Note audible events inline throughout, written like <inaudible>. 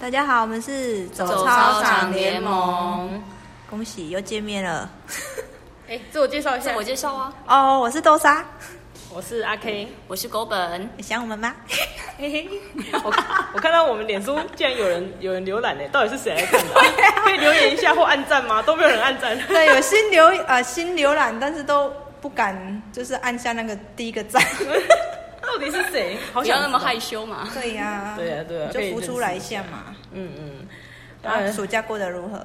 大家好，我们是走操走场操场联联盟，盟。恭喜又见面了。哎，自我介绍一自下，我介绍啊，哦，我是豆沙，我是阿 K。我是狗本，你想我们吗？嘿嘿，我 <laughs> 我看到我们脸书竟然有人 <laughs> 有人浏览呢，到底是谁来 <laughs> 看的啊、可以留言一下或按赞吗？都没有人按赞。 <laughs> 对，有新浏呃新浏览，但是都不敢就是按下那个第一个 <laughs> 赞。 <laughs> 到底是谁？ <laughs> 好不要想那么知道害。羞嘛。对啊呀、对呀对呀就可以浮认出识来一一下嘛。嗯嗯，当啊，然暑假过得如何？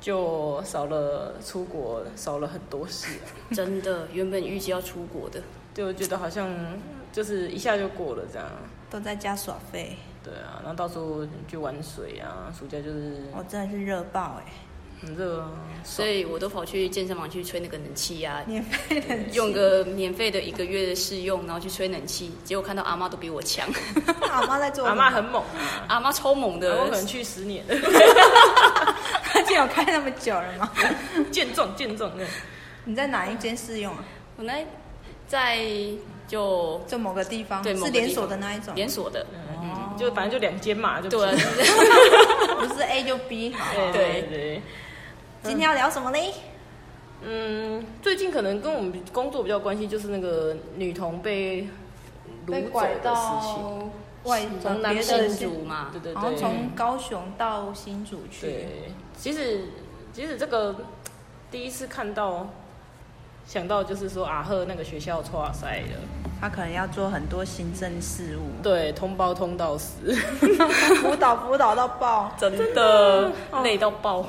就少了出国，少了很多事、啊，真的，原本预计要出国的，就觉得好像就是一下就过了这样。都在家耍废，对啊，然后到处去玩水啊，暑假就是我、哦真的是热爆哎、很热啊，所以我都跑去健身房去吹那个冷气啊，免费的用个免费的一个月的试用，然后去吹冷气，结果看到阿妈都比我 <laughs> 强，阿妈在做什阿么， <laughs> 妈很猛啊，阿妈超猛阿的嬷可能去十 <laughs> 年了，她竟然有开那么久了吗？健壮健壮嗯的。你在哪一间试用啊？我那在就就某个地啊方，对某是个连地锁方的那一种，连锁的，嗯，就反正就两间嘛，就对啊， <laughs> 不就是是不是 A 就 B 好。对对对对，今天要聊什么嘞？嗯，最近可能跟我们工作比较关系，就是那个女童被掳走的事情，外从别南的信主嘛对，对然后对，从高雄到新竹对去，，其实其实这个第一次看到，想到就是说阿赫那个学校错啊塞了，，他可能要做很多行政事 <laughs> 务对，通包通 <laughs> 到死，辅导辅导到爆。真的哦累到爆，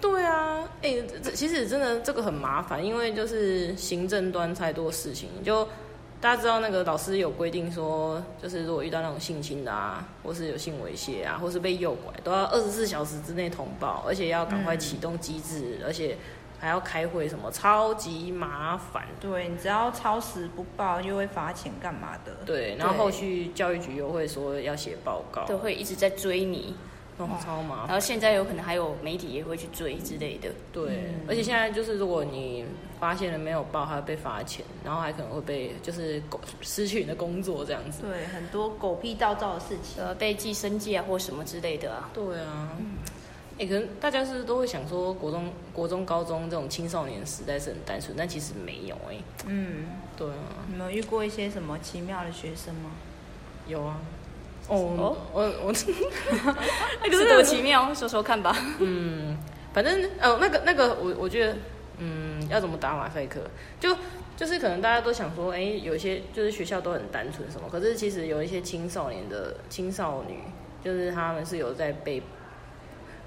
对啊，哎、这其实真的这个很麻烦，因为就是行政端太多事情，就大家知道那个老师有规定说，就是如果遇到那种性侵的啊，或是有性猥亵啊，或是被诱拐，都要二十四小时之内通报，而且要赶快启动机制，而且还要开会什么，超级麻烦。对，你只要超时不报，又会罚钱干嘛的？对，然后后续教育局又会说要写报告，都会一直在追你，哦，超麻烦然。后现在有可能还有媒体也会去追之类的，对，而且现在就是，如果你发现了没有报，还会被罚钱，然后还可能会被就是工失去你的工作这样子。对，很多狗屁倒灶的事情。呃，被寄生界啊或什么之类的啊。对啊，哎、可能大家是不是都会想说，国中、国中、高中这种青少年时代是很单纯，但其实没有哎、嗯，对啊，你们遇过一些什么奇妙的学生吗？有啊。哦，哦我我哎是多奇妙，说说看吧。嗯，反正哦，那个那个，我我觉得，嗯，要怎么打马赛克？就就是可能大家都想说，哎、有一些就是学校都很单纯什么，可是其实有一些青少年的青少女，就是他们是有在被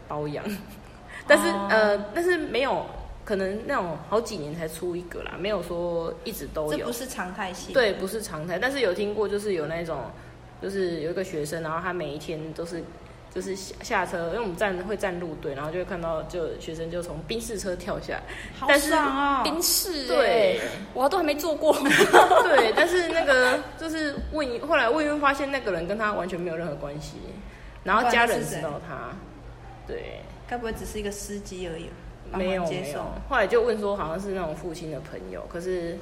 包养， <laughs> 但是、哦呃，但是没有，可能那种好几年才出一个啦，没有说一直都这有不。是常态性。，对，不是常态，但是有听过，就是有那种，就是有一个学生，然后他每一天都是，就是下下车，因为我们站会站路队，然后就会看到就学生就从宾士车跳下来，好但是爽啊、冰室、欸，对，我都还没做过。 <laughs> 对，但是那个就是问一，后来问一问发现那个人跟他完全没有任何关系，然后家人知道他，对，该不会只是一个司机而已？帮忙没有接没有送，后来就问说好像是那种父亲的朋友，可是。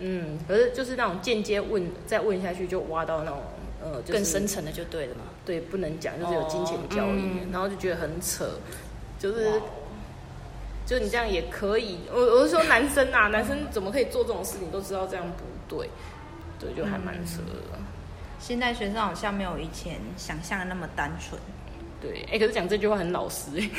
嗯，可是就是那种间接问，再问下去就挖到那种呃，就是、更深层的就对了嘛。对，不能讲，就是有金钱交易，哦嗯然后就觉得很扯，就是，就你这样也可以。我我是说男生啊，男生怎么可以做这种事情？都知道这样不对，对，就还蛮扯的。现在学生好像没有以前想象的那么单纯。对，哎、可是讲这句话很老实、欸，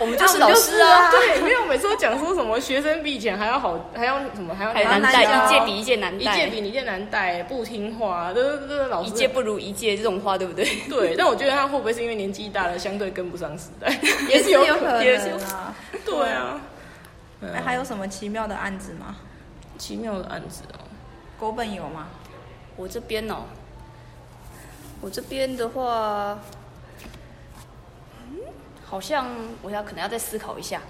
我们就就是老师啊，对，没有每次都讲说什么学生比以前还要好，还要什么还要还有难难带带，啊一届比一届难一带，届比你一届难带，欸不听话，啊都都都老一师届不如一届这种话，对不对？对。但我觉得他会不会是因为年纪大了，相对跟不上时代，也是有有可 <laughs> 也是有能啊。对啊。嗯那还有什么奇妙的案子吗？奇妙的案子哦。狗本有吗？我这边哦，我这边的话，嗯，好像我要可能要再思考一下。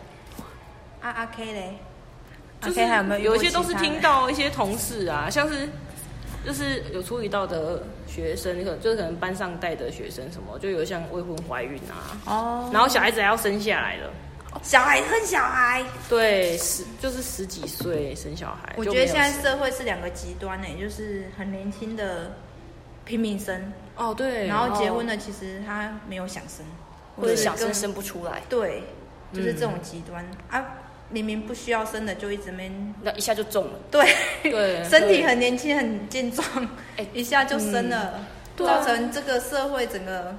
啊阿 K 嘞，阿就是 K 啊还有没有遇有过一些都其是他听的到一些同事啊，像是就是有处理到的学生，可能就是可能班上带的学生什么，就有像未婚怀孕啊，哦，然后小孩子还要生下来了，小孩恨小孩。对，十就是十几岁生小孩，我就觉得没有现在欸生社会是两个极端呢、就是很年轻的拼命生，哦对，然后结哦婚了，其实他没有想生，或者想跟生生不出来，对，就是这种嗯极端、啊，明明不需要生的就一直没那一下就中了。 <laughs> 对，对身体对很年轻很健壮，哎一下就生了，对啊造成这个社会整个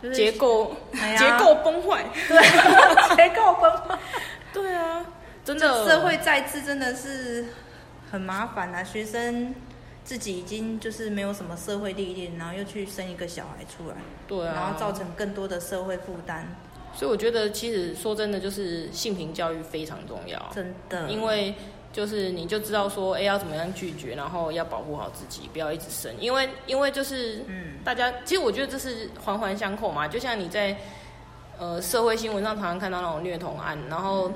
就是结构哎呀结构崩坏， <laughs> 对 <laughs> 结构崩坏，对啊，真的社会再次真的是很麻烦啊，学生。自己已经就是没有什么社会历练，然后又去生一个小孩出来，对啊，然后造成更多的社会负担，所以我觉得，其实说真的，就是性平教育非常重要，真的。嗯因为就是你就知道说，哎、要怎么样拒绝，然后要保护好自己，不要一直生，因为因为就是嗯，大家，其实我觉得这是环环相扣嘛，就像你在呃社会新闻上常常看到那种虐童案，然后嗯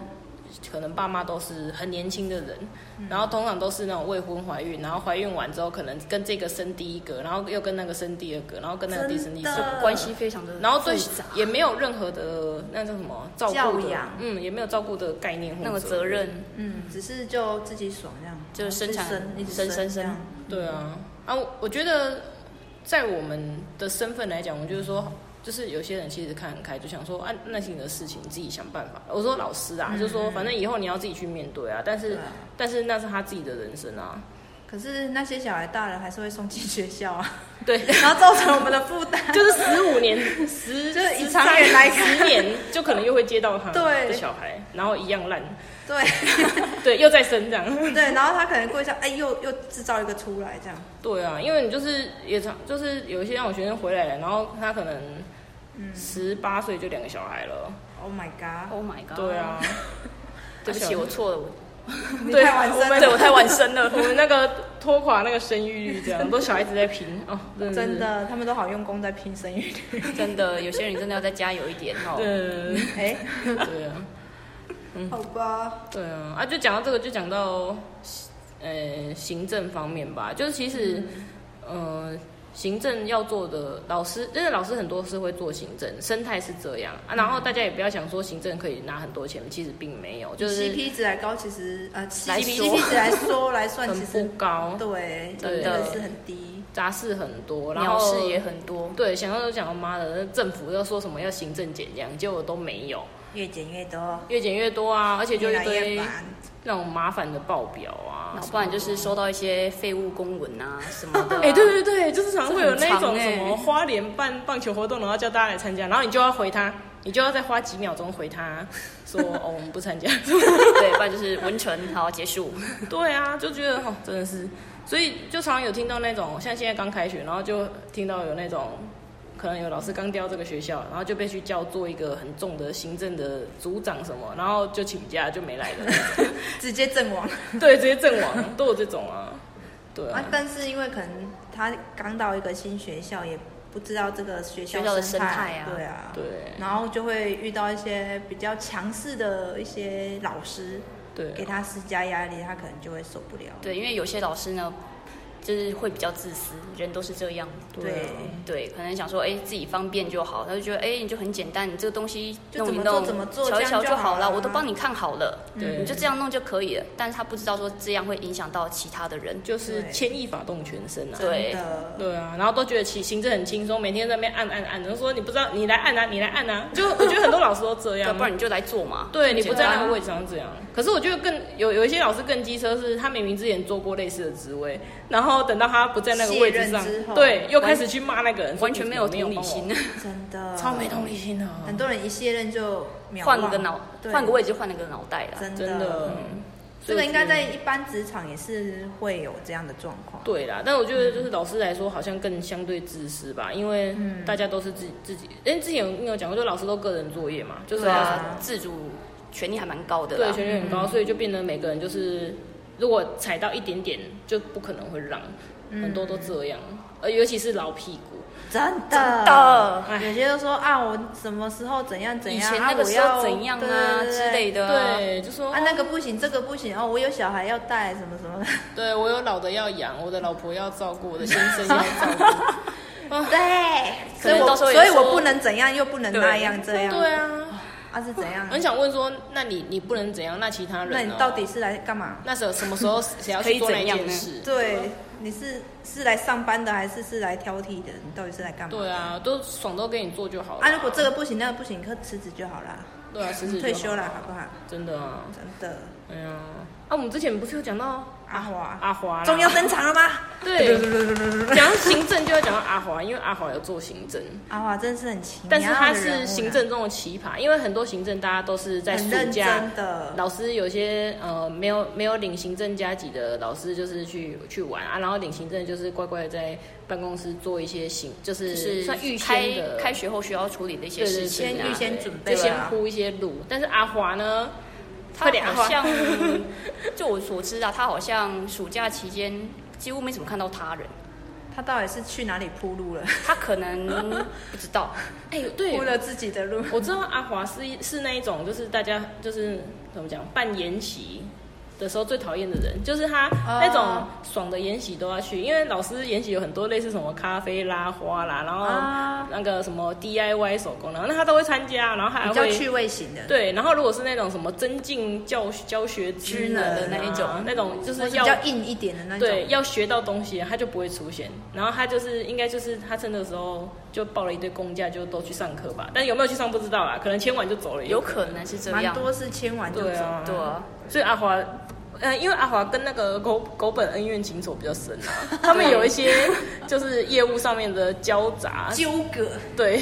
可能爸妈都是很年轻的人，嗯然后通常都是那种未婚怀孕，然后怀孕完之后可能跟这个生第一个，然后又跟那个生第二个，然后跟那个第生第四真个的。关系非常的然后对复杂也没有任何的那叫什么照顾教的养，嗯，也没有照顾的概念或那个责任，嗯，只是就自己爽这样，啊就是生产一直生生生生这样对啊，啊，我我觉得在我们的身份来讲，我就是说，就是有些人其实看很开，就想说，啊，那些你的事情你自己想办法。我说老师啊，嗯就说反正以后你要自己去面对啊，但是、对啊但是那是他自己的人生 <laughs> 啊，可是那些小孩大人还是会送进学校啊， <laughs> 对，然后造成我们的负担。就是十五年 <laughs> 十就是以长远来看十年就可能又会接到 <laughs> 他对的小孩，然后一 <laughs> 样烂，对对，又再生这样。 <laughs> 对，然后他可能过一下，哎，又又制造一个出来这样。 <laughs> 对啊，因为你就是也常就是有一些那种学生回来了，然后他可能十八岁就两个小孩了。 Oh my god！ <laughs> Oh my god！对啊，对不起，我错了，我你对啊太晚我生们对我了，太晚生了 <laughs> 我。们那个拖垮那个生育率，这样很多小孩子在拼哦，真的真是。的，他们都好用功在拼生育率。真的，有些人真的要再加油一点哦。对哎，对啊，好吧， <laughs> 对啊，啊，就讲到这个，就讲到呃行政方面吧，就是其实呃行政要做的，老师因为老师很多是会做行政，生态是这样啊，然后大家也不要想说行政可以拿很多钱，其实并没有，就是 CP 值来高，其实呃来，CP 说 CP 值来说来算，很其不实高，对，真的真的是很低。杂事很多，然鸟后事也很多，对，想到就想，妈的，那政府要说什么要行政减量，结果都没有，越减越多，越减越多啊，而且就越一来堆越烦。那种麻烦的报表啊然后，不然就是收到一些废物公文啊什么的、 <laughs> 哎、对对对，就是常会有这那很种长什欸么花莲办棒球活动，然后叫大家来参加，然后你就要回他，你就要再花几秒钟回他说哦，我们不参加。 <laughs> <laughs> 对，不然就是文成，好结束。对啊，就觉得哦，真的是，所以就常有听到那种，像现在刚开学，然后就听到有那种，可能有老师刚调这个学校，然后就被去叫做一个很重的行政的组长什么，然后就请假就没来了，直接阵亡。对，直接阵亡，都有这种啊，对啊啊，，但是因为可能他刚到一个新学校，也不知道这个学校学校的生生态啊对啊，对然后就会遇到一些比较强势的一些老师，对啊给他施加压力，他可能就会受不了。对，因为有些老师呢，就是会比较自私，人都是这样。对啊，对，可能想说，哎、自己方便就好。他就觉得，哎、你就很简单，你这个东西就怎弄一么做弄，怎么做瞧一这样瞧就好好了，了嗯我都帮你看好了，对你就这样弄就可以了。但是他不知道说这样会影响到其他的人，就是对牵一发动全身啊。对真的，对啊，然后都觉得其行政很轻松，每天在那边按按按，然后说你不知道，你来按啊，你来按啊，就我觉得很多老师都这要 <laughs> 样，不然你就来做嘛。对你不在简那个单位置上这样。可是我觉得更有有一些老师更机车，是他明明之前做过类似的职位，然后等到他不在那个位置上卸任之后，对，又开始去骂那个人，完全没有同同理心，，嗯真的超没同理心啊的、很多人一卸任就秒 <laughs> 换忘个脑， <laughs> 对换个位置，换了个脑袋啦。真的真的。这个应该在所以一般职场也是会有这样的状况。对啦，但我觉得就是老师来说，好像更相对自私吧，因为嗯大家都是自己自己，因为之前有有讲过，就老师都个人作业嘛，就是对要啊，自主权利还蛮高的啦。对，权力很高，所以就变得每个人就是，如果踩到一点点，就不可能会让，很多都这样，呃，尤其是老屁股，真的，真的哎有些都说啊，我什么时候怎样怎以样，前啊那个我时要候怎样啊对对对之类的啊。对，就说啊，那个不行，这个不行哦，我有小孩要带，什么什么的。对我有老的要养，我的老婆要照顾，我的先生要照顾，啊，对，可所能以我到时候也所以我说 <laughs> 不能怎样，又不能那样，这样。对啊，啊，啊是怎样？很想问说，那你你不能怎样？那其他人那你呢到底是来干嘛？那时候什么时候谁要可去以做那怎样件呢事？对，你是是来上班的，还是是来挑剔的？你到底是来干嘛？对啊，都爽都给你做就好了。啊，如果这个不行，那个不行，可辞职就好啦，嗯对啊，辞职就退休好啦，好不好？真的啊，真的，哎呀，啊，我们之前不是有讲到阿华，阿华啦啊终于要登场了吗？对， <laughs> 讲到行政就要讲到阿啊华，因为阿华有做行政，阿华真是很奇妙但是他的人物啊是啦行政中的奇葩，因为很多行政大家都是在暑很认假真的，老师有些呃没有没有领行政加级的老师，就是去去玩啊，然后领行政就是乖乖地在办公室做一些行，就是就是算预开先的开学后需要处理的一些对对事情、啊，先预先准备就先啦。铺一些路。但是阿华呢，他快点阿好华，像， <laughs> 就我所知啊，他好像暑假期间几乎没怎么看到他人，他到底是去哪里铺路了？他可能不知道，哎、<laughs> 对铺，了自己的路。我知道阿华是一是那一种，就是大家就是怎么讲办研习的时候最讨厌的人，就是他那种爽的研习都要去，因为老师研习有很多类似什么咖啡啦、花啦，然啊后那个什么 DIY 手工啦，然后那他都会参加，然后他还比较会。趣味型的，对，然后如果是那种什么增进教教学职能的那一种，那种就或是是比要较硬一点的那种。对，要学到东西，他就不会出现。然后他就是应该就是他趁这个时候就报了一堆公假，就都去上课吧。但有没有去上不知道啦，可能签完就走了也有有。可能是这蛮样，多是签完就对走。啊，对啊所以阿华，呃，因为阿华跟那个狗狗本恩怨情仇比较深啊，他们有一些就是业务上面的交啊杂，纠葛对，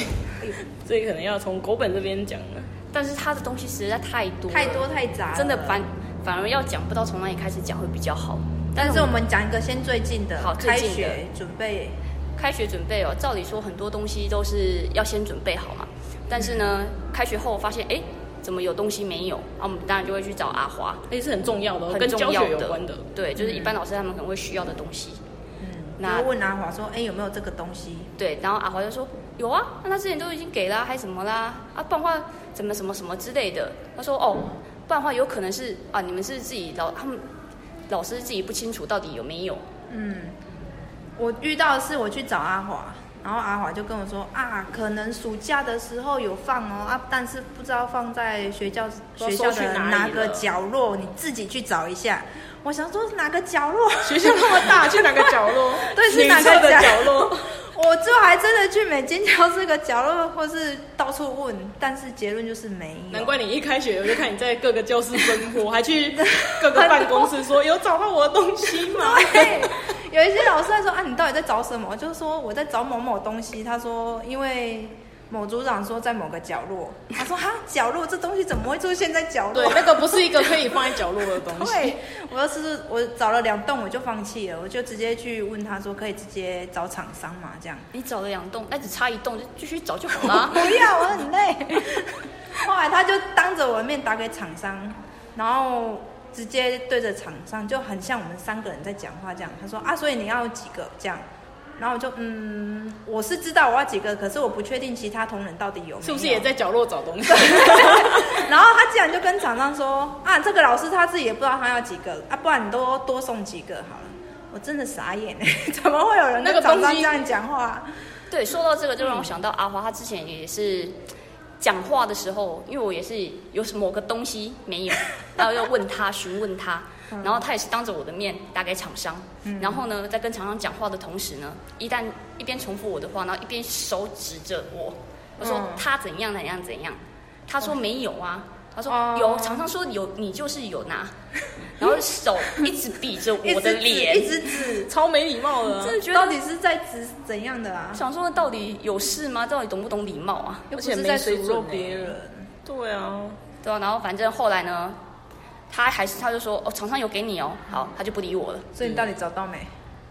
所以可能要从狗本这边讲了。但是他的东西实在太多了太多太杂了，真的反反而要讲不知道从哪里开始讲会比较好。但是我们讲一个先最近的，好开最近的学准备开学准备哦，照理说很多东西都是要先准备好嘛。但是呢，开学后发现，哎，怎么有东西没有？啊，我们当然就会去找阿华，而且是很重要的哦，很跟重教要学有关的。对，就是一般老师他们可能会需要的东西。嗯，那后问阿华说，哎、有没有这个东西？对，然后阿华就说有啊，那他之前都已经给啦、还什么啦，啊，不然的话怎么什么什么之类的。他说哦，不然的话有可能是啊，你们是自己老他们老师自己不清楚到底有没有。嗯，我遇到的是我去找阿华，然后阿华就跟我说啊，可能暑假的时候有放哦啊，但是不知道放在学校学不知校道收去的哪里哪个了角落，你自己去找一下。我想说哪个角落？ <laughs> 学校那么大，去哪个角落？对去女哪个厕的角角落？我最后还真的去每间教室个角落，或是到处问，但是结论就是没有。难怪你一开学我就看你在各个教室奔波，还 <laughs> 去各个办公室说有找到我的东西吗？ <laughs> 对，有一些老师在说啊，你到底在找什么？我就说我在找某某东西。他说，因为某组长说在某个角落。他说哈，角落这东西怎么会出现在角对落，？那个不是一个可以放在角落的 <laughs> 东西。对，我要是我找了两栋，我就放弃了，我就直接去问他说，可以直接找厂商嘛？这样你找了两栋，那只差一栋就继续找就好啦、啊不要，我很累。后来他就当着我的面打给厂商，然后直接对着厂商，就很像我们三个人在讲话这样。他说啊，所以你要几个这样？然后我就嗯，我是知道我要几个，可是我不确定其他同仁到底有没有是不是也在角落找东 <laughs> 西？然后他竟然就跟厂商说啊，这个老师他自己也不知道他要几个啊，不然你都多送几个好了。我真的傻眼哎、怎么会有人那跟个厂东商西这样讲话、啊？对，说到这个就嗯让我想到阿华，他之前也是讲话的时候，因为我也是有某个东西没有，然后要问他询 <laughs> 问他，嗯然后他也是当着我的面打给厂商，然后呢，在跟厂商讲话的同时呢，一旦一边重复我的话，然后一边手指着我，我说嗯他怎样怎样怎样，他说没有啊。他说哦有，厂商说有，你就是有拿，然后手一直比着我的脸， <laughs> 一直指，超没礼貌的啊、真的觉得到底是在指怎样的啊？想说到底有事吗？到底懂不懂礼貌啊？又不而是且在没水数落准别欸人。对啊，对啊，然后反正后来呢，他还是他就说哦，厂商有给你哦，好，他就不理我了。所以你到底找到没？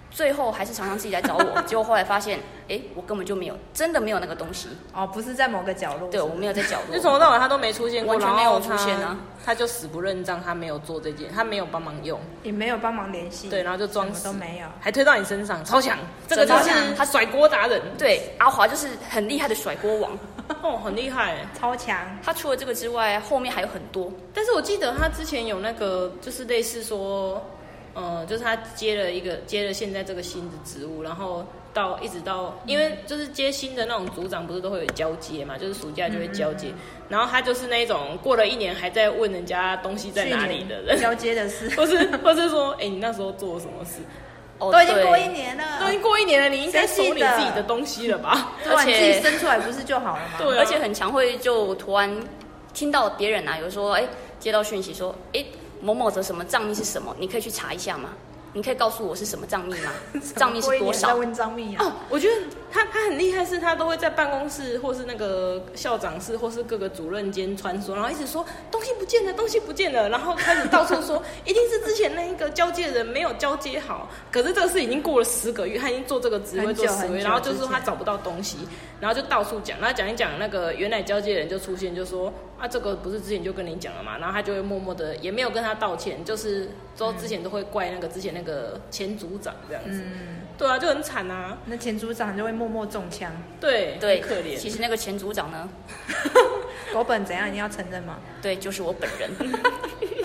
最后还是厂商自己来找我， <laughs> 结果后来发现，哎，我根本就没有，真的没有那个东西，哦，不是在某个角落。对我没有在角就落。从头到尾他都没出现过，完全没有出现啊然后他，他就死不认账，他没有做这件，他没有帮忙用，也没有帮忙联系。对，然后就装什么死都没有。还推到你身上，超强，这个真就的是他甩锅达人，对，阿华就是很厉害的甩锅王。 <laughs> 哦，很厉害欸。超强，他除了这个之外，后面还有很多。但是我记得他之前有那个，就是类似说，呃，就是他接了一个接了现在这个新的职务，然后到一直到，因为就是接新的那种组长，不是都会有交接嘛，就是暑假就会交接。然后他就是那种过了一年还在问人家东西在哪里的去年人，交接的事，或是或是说，哎、你那时候做了什么事？哦都已经对过一年了，都已经过一年了，你应该谁记熟你得自己的东西了吧？对啊而且你自己生出来不是就好了吗？对啊而且很常会就突然听到别人啊，有说哎、接到讯息说哎、某某的什么账密是什么，你可以去查一下吗？你可以告诉我是什么账密 <laughs> 吗？账密是过多一年在少？问张密啊？哦，我觉得他他很厉害，是他都会在办公室或是那个校长室或是各个主任间穿梭，然后一直说东西不见了，东西不见了，然后开始到处说一定是之前那一个交接的人没有交接好，可是这个事已经过了十个月，他已经做这个职位很久做十个很月，久然后就之说他前找不到东西，然后就到处讲，然后讲一讲那个原来交接的人就出现，就说啊这个不是之前就跟你讲了嘛，然后他就会默默的也没有跟他道歉，就是说之前都会怪那个之前那个前组长这样子，嗯，对啊就很惨啊。那前组长就会默默中枪。 <laughs> 对，对，很可怜。其实那个前组长呢，狗本怎样？你要承认吗？对，就是我本 <laughs> 人，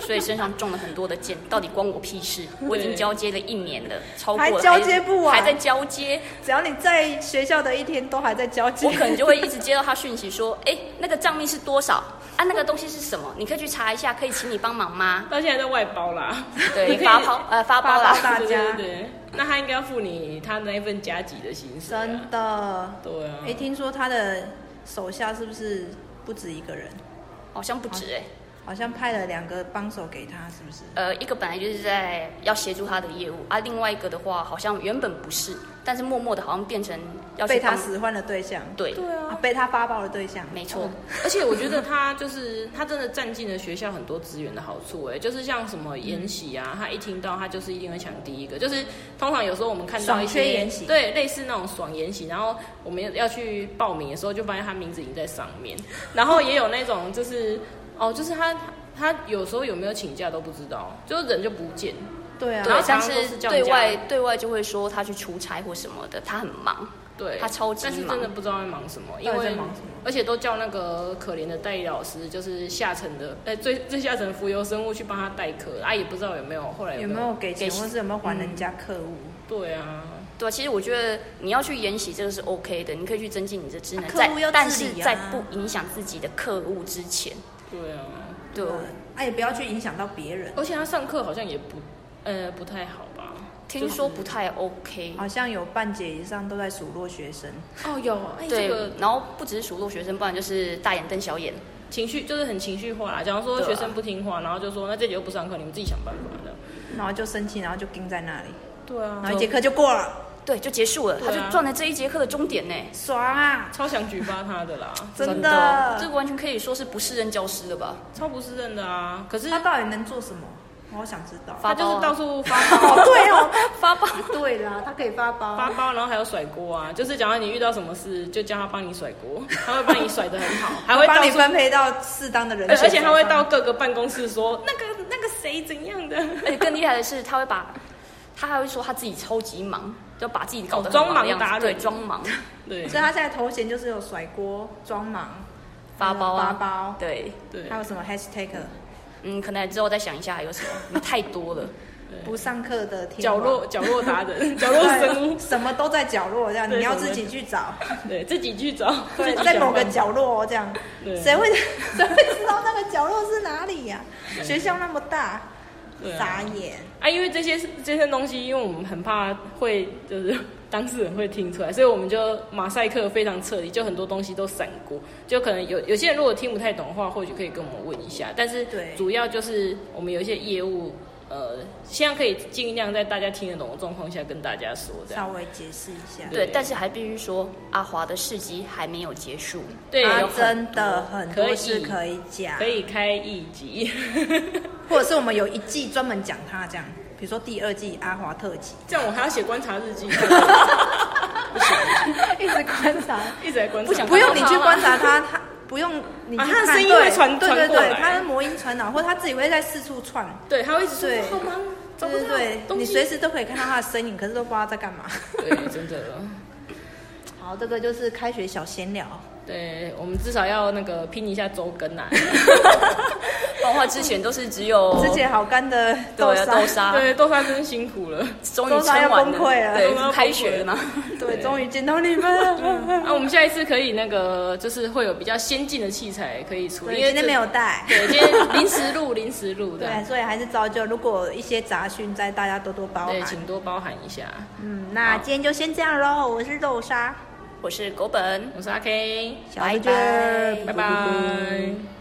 所以身上中了很多的箭，到底关我屁事？我已经交接了一年了，超过了还交接不完还在交接，只要你在学校的一天都还在交接，我可能就会一直接到他讯息说，哎、那个账密是多少啊？那个东西是什么？你可以去查一下，可以请你帮忙吗？到现在在外包啦，对 <laughs> 你可，以发包呃发包啦，发包大对家对对，那他应该要付你他那一份加急的薪水啊、 <laughs> 真的。对啊哎、，听说他的手下是不是不止一个人？好像不止哎、好像派了两个帮手给他，是不是？呃，一个本来就是在要协助他的业务啊，另外一个的话好像原本不是，但是默默的好像变成要去被他帮使唤的对象，对，对啊啊，被他发报的对象，哦没错， <laughs> 而且我觉得他就是他真的占尽了学校很多资源的好处哎、就是像什嗯么研习啊，他一听到他就是一定会抢第一个，就是通常有时候我们看到爽一些缺研习对类似那种爽研习，然后我们要去报名的时候就发现他名字已经在上面，然后也有那种就是哦，就是他他有时候有没有请假都不知道，就是人就不见，对啊，对，但常常都是是这样对讲外对外就会说他去出差或什么的，他很忙，对，他超级但是忙真的不知道在忙什么，因到底在为忙什么而且都叫那个可怜的代理老师，就是下层的， <laughs> 哎、最最下层的浮游生物去帮他代课，啊，也不知道有没有后来有有没没有有给钱，嗯给或是有没有还人家客户？对啊，对啊，其实我觉得你要去研习这个是 OK 的，你可以去增进你的职能，啊客在户要但自是理啊在不影响自己的客户之前，对啊，对，嗯啊，也不要去影响到别人，而且他上课好像也不呃不太好吧？听说不太 OK，好像有半节以上都在数落学生，哦有，哎、对这个，然后不只是数落学生，不然就是大眼瞪小眼，情绪就是很情绪化啦。假如说对啊学生不听话，然后就说那这节又不上课，你们自己想办法这样。然后就生气，然后就盯在那里，对啊然，后一节课就过了，对，就结束了，对他啊就赚了这一节课的终点呢。爽啊！超想举报他的啦，真哦这个完全可以说是不是任教师了吧？超不是认的啊。可是他到底能做什么？我好想知道。发他就是到处发哦， <laughs> 对哦， <laughs> 发包，对啦，他可以发包发包，然后还有甩锅啊，就是假如你遇到什么事，就叫他帮你甩 <laughs> 锅，他会帮你甩的很好，还会帮到你处，分配到适当的人而选而且他会手到上各个办公室说那个那个谁怎样的，而且更厉害的是，他会把，他还会说他自己超级忙，就把自己搞得哦装很忙的忙达样子对，人装 <laughs> 忙对所以他现在头衔就是有甩锅、装忙、呃发包啊，嗯发包，对，对还有什么 hashtag 嗯，可能之后再想一下还有什么，你太多 <laughs> 了。不上课的天角王落角落 <laughs> 达人，角落生物对，什么都在角落这样，对你要自己去找，对自己去找，对，自己 <laughs> 在想某个办法角落哦这样，对谁会 <laughs> 谁会知道那个角落是哪里呀？学校那么大，对啊傻眼，啊，因为这些这些东西，因为我们很怕会就是 <laughs> 当事人会听出来，所以我们就马赛克非常彻底，就很多东西都闪过。就可能有有些人如果听不太懂的话，或许可以跟我们问一下。但是对主要就是我们有一些业务，呃，希望可以尽量在大家听得懂的状况下跟大家说这样。稍微解释一下，对，但是还必须说，阿华的市集还没有结束。对，啊有真的很可多以事可以啊讲，可以开一集， <laughs> 或者是我们有一季专门讲他这样，比如说第二季阿华特辑，这样我还要写观察日记， <laughs> <laughs> 一直观察，一直在观察，不想不用你去观察他，他不用你去啊看、他的声音对会传对传对过来对，他的魔音传脑，或他自己会在四处窜，对，他会一直说对好忙，找对不对到对，东你西随时都可以看到他的身影，可是都不知道在干嘛。对，真的。 <laughs> 好，这个就是开学小闲聊， <laughs> 对我们至少要那个拼一下周更啊，漫画之前都是只有之前好干的豆对沙啊，豆沙，哦对，豆沙真是辛苦了。终于豆沙要撑完崩溃了 <laughs> 豆沙要对，崩开溃学了 <laughs> 嘛，对，终于见到你们了。啊那、我们下一次可以那个，就是会有比较先进的器材可以处我理，因为今天这没有带， <laughs> 对，今天临时录，临时录的。 <laughs> 对，所以还是照旧。如果一些杂讯在，大家多多包对，涵。请多包涵一下。嗯，那今天就先这样喽。我是豆沙，我是狗本。我是阿 K，小猪拜拜猪拜拜。